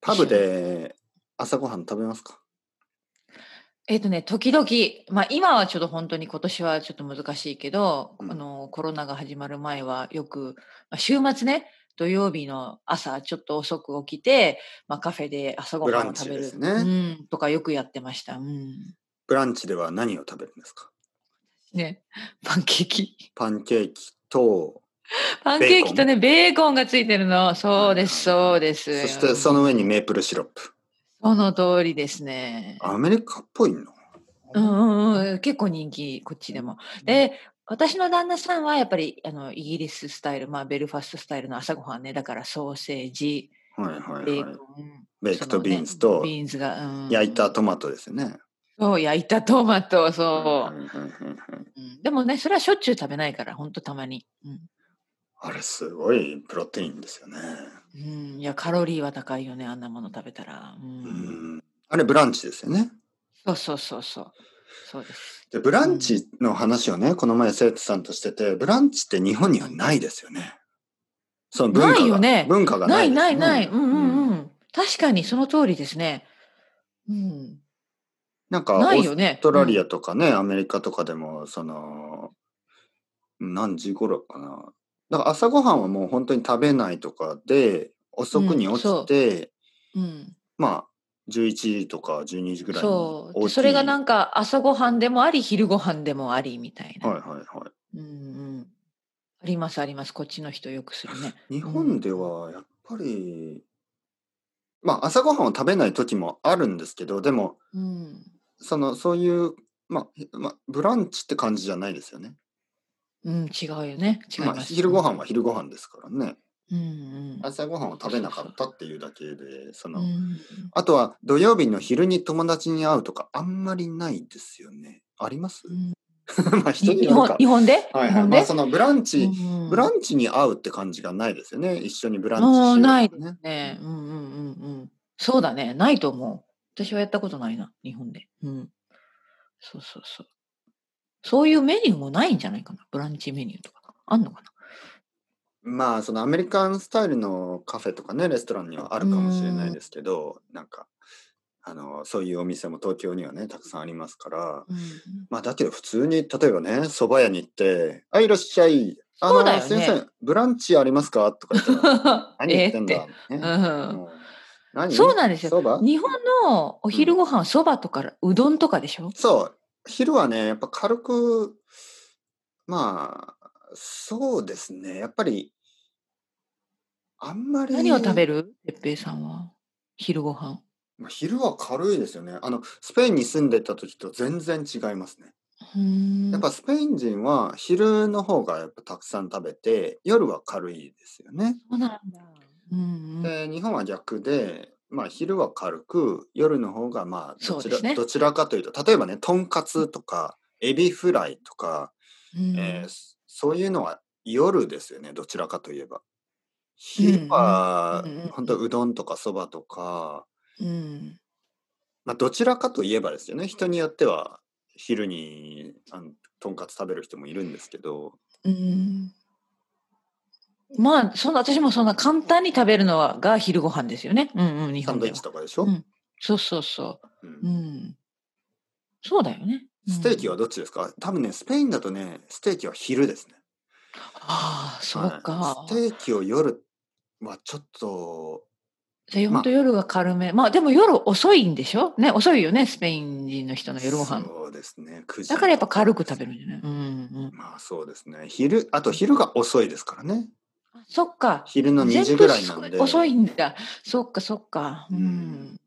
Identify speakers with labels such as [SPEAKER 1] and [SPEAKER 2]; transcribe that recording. [SPEAKER 1] パブで朝ごはん食べますか
[SPEAKER 2] えっとね、時々、まあ今はちょっと本当に今年はちょっと難しいけど、
[SPEAKER 1] うん
[SPEAKER 2] あのコロナが始まる前はよく、まあ、週末ね、土曜日の朝ちょっと遅く起きて、まあカフェで朝ごはんを食べ
[SPEAKER 1] ブランチです、
[SPEAKER 2] る
[SPEAKER 1] ね
[SPEAKER 2] うん、とかよくやってました。うん。
[SPEAKER 1] ブランチでは何を食べるんですか
[SPEAKER 2] ね、 パンケーキ。
[SPEAKER 1] パンケーキと、
[SPEAKER 2] パンケーキとね、ベーコンがついてるの。そうです、そうです。
[SPEAKER 1] そしてその上にメープルシロップ。
[SPEAKER 2] その通りですね。
[SPEAKER 1] アメリカっぽいの。
[SPEAKER 2] うんうんうん、結構人気、こっちでも。で、私の旦那さんはやっぱりあのイギリススタイル、まあ、ベルファストスタイルの朝ごはんね、だからソーセージ、
[SPEAKER 1] はいはい
[SPEAKER 2] ベー
[SPEAKER 1] はい。
[SPEAKER 2] コン、
[SPEAKER 1] ベイク
[SPEAKER 2] そ
[SPEAKER 1] と
[SPEAKER 2] のね
[SPEAKER 1] ビーンズと
[SPEAKER 2] ビーンズが、うん
[SPEAKER 1] 焼いたトマトですよね。
[SPEAKER 2] そう、焼いたトマト、そ、
[SPEAKER 1] はいはいはいはいう
[SPEAKER 2] うんでもね、それはしょっちゅう食べないから、ほんとたまに。うん
[SPEAKER 1] あれすごいプロテインですよね。
[SPEAKER 2] うん、いや、カロリーは高いよね、あんなもの食べたら。う、
[SPEAKER 1] うんん。あれブランチですよね。
[SPEAKER 2] そうそうそうそう。そうです。
[SPEAKER 1] でブランチの話をね、この前生徒さんとしててブランチって日本にはないですよね。その文化が
[SPEAKER 2] ないよね
[SPEAKER 1] 文化がな
[SPEAKER 2] ないい
[SPEAKER 1] です
[SPEAKER 2] な
[SPEAKER 1] よ
[SPEAKER 2] い
[SPEAKER 1] ね、
[SPEAKER 2] ない、うんう
[SPEAKER 1] うん
[SPEAKER 2] んうん。確かにその通りですね。うん、
[SPEAKER 1] なんか
[SPEAKER 2] ないよ
[SPEAKER 1] オー
[SPEAKER 2] ね。
[SPEAKER 1] ストラリ
[SPEAKER 2] ア
[SPEAKER 1] アとかね、アメリカとかでもその何時頃かな。だから朝ごはんはもう本当に食べないとかで遅くに
[SPEAKER 2] うん
[SPEAKER 1] 落
[SPEAKER 2] そう
[SPEAKER 1] ちて、
[SPEAKER 2] うん、
[SPEAKER 1] まあ11時とか12時ぐらいに
[SPEAKER 2] そう
[SPEAKER 1] お
[SPEAKER 2] で
[SPEAKER 1] 家
[SPEAKER 2] それがな
[SPEAKER 1] に
[SPEAKER 2] んか朝ごはんでもあり昼ごはんでもありみたいな、
[SPEAKER 1] はいはいは
[SPEAKER 2] うんうん、ありますありますこっちの人よくするね
[SPEAKER 1] い。日本ではやっぱり、まあ朝ごはんを食べない時もあるんですけどでも
[SPEAKER 2] うん、
[SPEAKER 1] そのそういう、まあまあ、ブランチって感じじゃないですよね。
[SPEAKER 2] うん、違うよね違い
[SPEAKER 1] まあ、
[SPEAKER 2] ます、
[SPEAKER 1] 昼ごはんは昼ごはんですからね。
[SPEAKER 2] うんうん
[SPEAKER 1] 朝ごはんを食べなかったっていうだけでその、
[SPEAKER 2] うん
[SPEAKER 1] あとは土曜日の昼に友達に会うとかあんまりないですよね。あります、
[SPEAKER 2] うん
[SPEAKER 1] まあ人に
[SPEAKER 2] 日
[SPEAKER 1] よる
[SPEAKER 2] 本
[SPEAKER 1] か。
[SPEAKER 2] 日本で、
[SPEAKER 1] はい
[SPEAKER 2] 日
[SPEAKER 1] はい。
[SPEAKER 2] 本
[SPEAKER 1] まあ
[SPEAKER 2] で、
[SPEAKER 1] そのブランチ、
[SPEAKER 2] うんうん
[SPEAKER 1] ブランチに会うって感じがないですよね。一緒にブランチし
[SPEAKER 2] も
[SPEAKER 1] よ
[SPEAKER 2] う
[SPEAKER 1] うとか
[SPEAKER 2] な
[SPEAKER 1] ね
[SPEAKER 2] いですね、うんうんうんうん、そうだねないと思う私はやったことないな日本で、うん、そうそうそうそういうメニューもないんじゃないかなブランチメニューとかあんのかな
[SPEAKER 1] まあそのアメリカンスタイルのカフェとかねレストランにはあるかもしれないですけどなんかあのそういうお店も東京にはねたくさんありますから
[SPEAKER 2] うん
[SPEAKER 1] まあだけど普通に例えばね蕎麦屋に行って「あいらっしゃい」あ
[SPEAKER 2] そうだよね
[SPEAKER 1] すいませんブランチありますか?」とか言 ったら「何言ってんだ」
[SPEAKER 2] え
[SPEAKER 1] ね
[SPEAKER 2] ーって
[SPEAKER 1] もう何
[SPEAKER 2] そうなんですよ
[SPEAKER 1] 蕎
[SPEAKER 2] うん、
[SPEAKER 1] 麦
[SPEAKER 2] 日本のお昼ご飯はそばとかうどんとかでしょ、
[SPEAKER 1] そう昼はねやっぱ軽くまあそうですねやっぱりあんまり
[SPEAKER 2] 何を食べる哲平さんは昼ご飯
[SPEAKER 1] まあ昼は軽いですよね。あのスペインに住んでた時と全然違いますね。
[SPEAKER 2] や
[SPEAKER 1] やっぱスペイン人は昼の方がやっぱたくさん食べて夜は軽いですよね。
[SPEAKER 2] そうなんだ、うんうん、
[SPEAKER 1] で日本は逆で、まあ、昼は軽く夜の方がまあど
[SPEAKER 2] そう
[SPEAKER 1] ち
[SPEAKER 2] で
[SPEAKER 1] ら,、
[SPEAKER 2] すね
[SPEAKER 1] どちらかというと例えばねとんかつとかエビフライとか、
[SPEAKER 2] うん
[SPEAKER 1] えーそそういうのは夜ですよねどちらかといえば。昼は
[SPEAKER 2] うんうんうんうん
[SPEAKER 1] 本当うどんとかそばとか
[SPEAKER 2] うん
[SPEAKER 1] まあ、どちらかといえばですよね人によっては昼にあのとんかつ食べる人もいるんですけど
[SPEAKER 2] うんまあそんな私もそんな簡単に食べるのはが昼ご飯ですよね。うんうん日
[SPEAKER 1] サン
[SPEAKER 2] 本
[SPEAKER 1] ド
[SPEAKER 2] で
[SPEAKER 1] イッ
[SPEAKER 2] は
[SPEAKER 1] チ。とかでしょ、
[SPEAKER 2] うんそうそうそうう。うんん。そうだよね。うん
[SPEAKER 1] ステーキはどっちですか、多分ねスペインだとねステーキは昼ですね、
[SPEAKER 2] ああそうか
[SPEAKER 1] は。いステーキを夜はちょっと
[SPEAKER 2] じゃあ本当夜が軽め。まあでも夜遅いんでしょね遅いよねスペイン人の人の夜ご飯。
[SPEAKER 1] そうですね9時
[SPEAKER 2] だからやっぱ軽く食べるんじゃない。うんうん。
[SPEAKER 1] まあそうですね昼あと昼が遅いですからね
[SPEAKER 2] あそっか。
[SPEAKER 1] 昼の2時ぐらいなんで
[SPEAKER 2] 全部遅いんだ。そっかそっか。う。
[SPEAKER 1] うん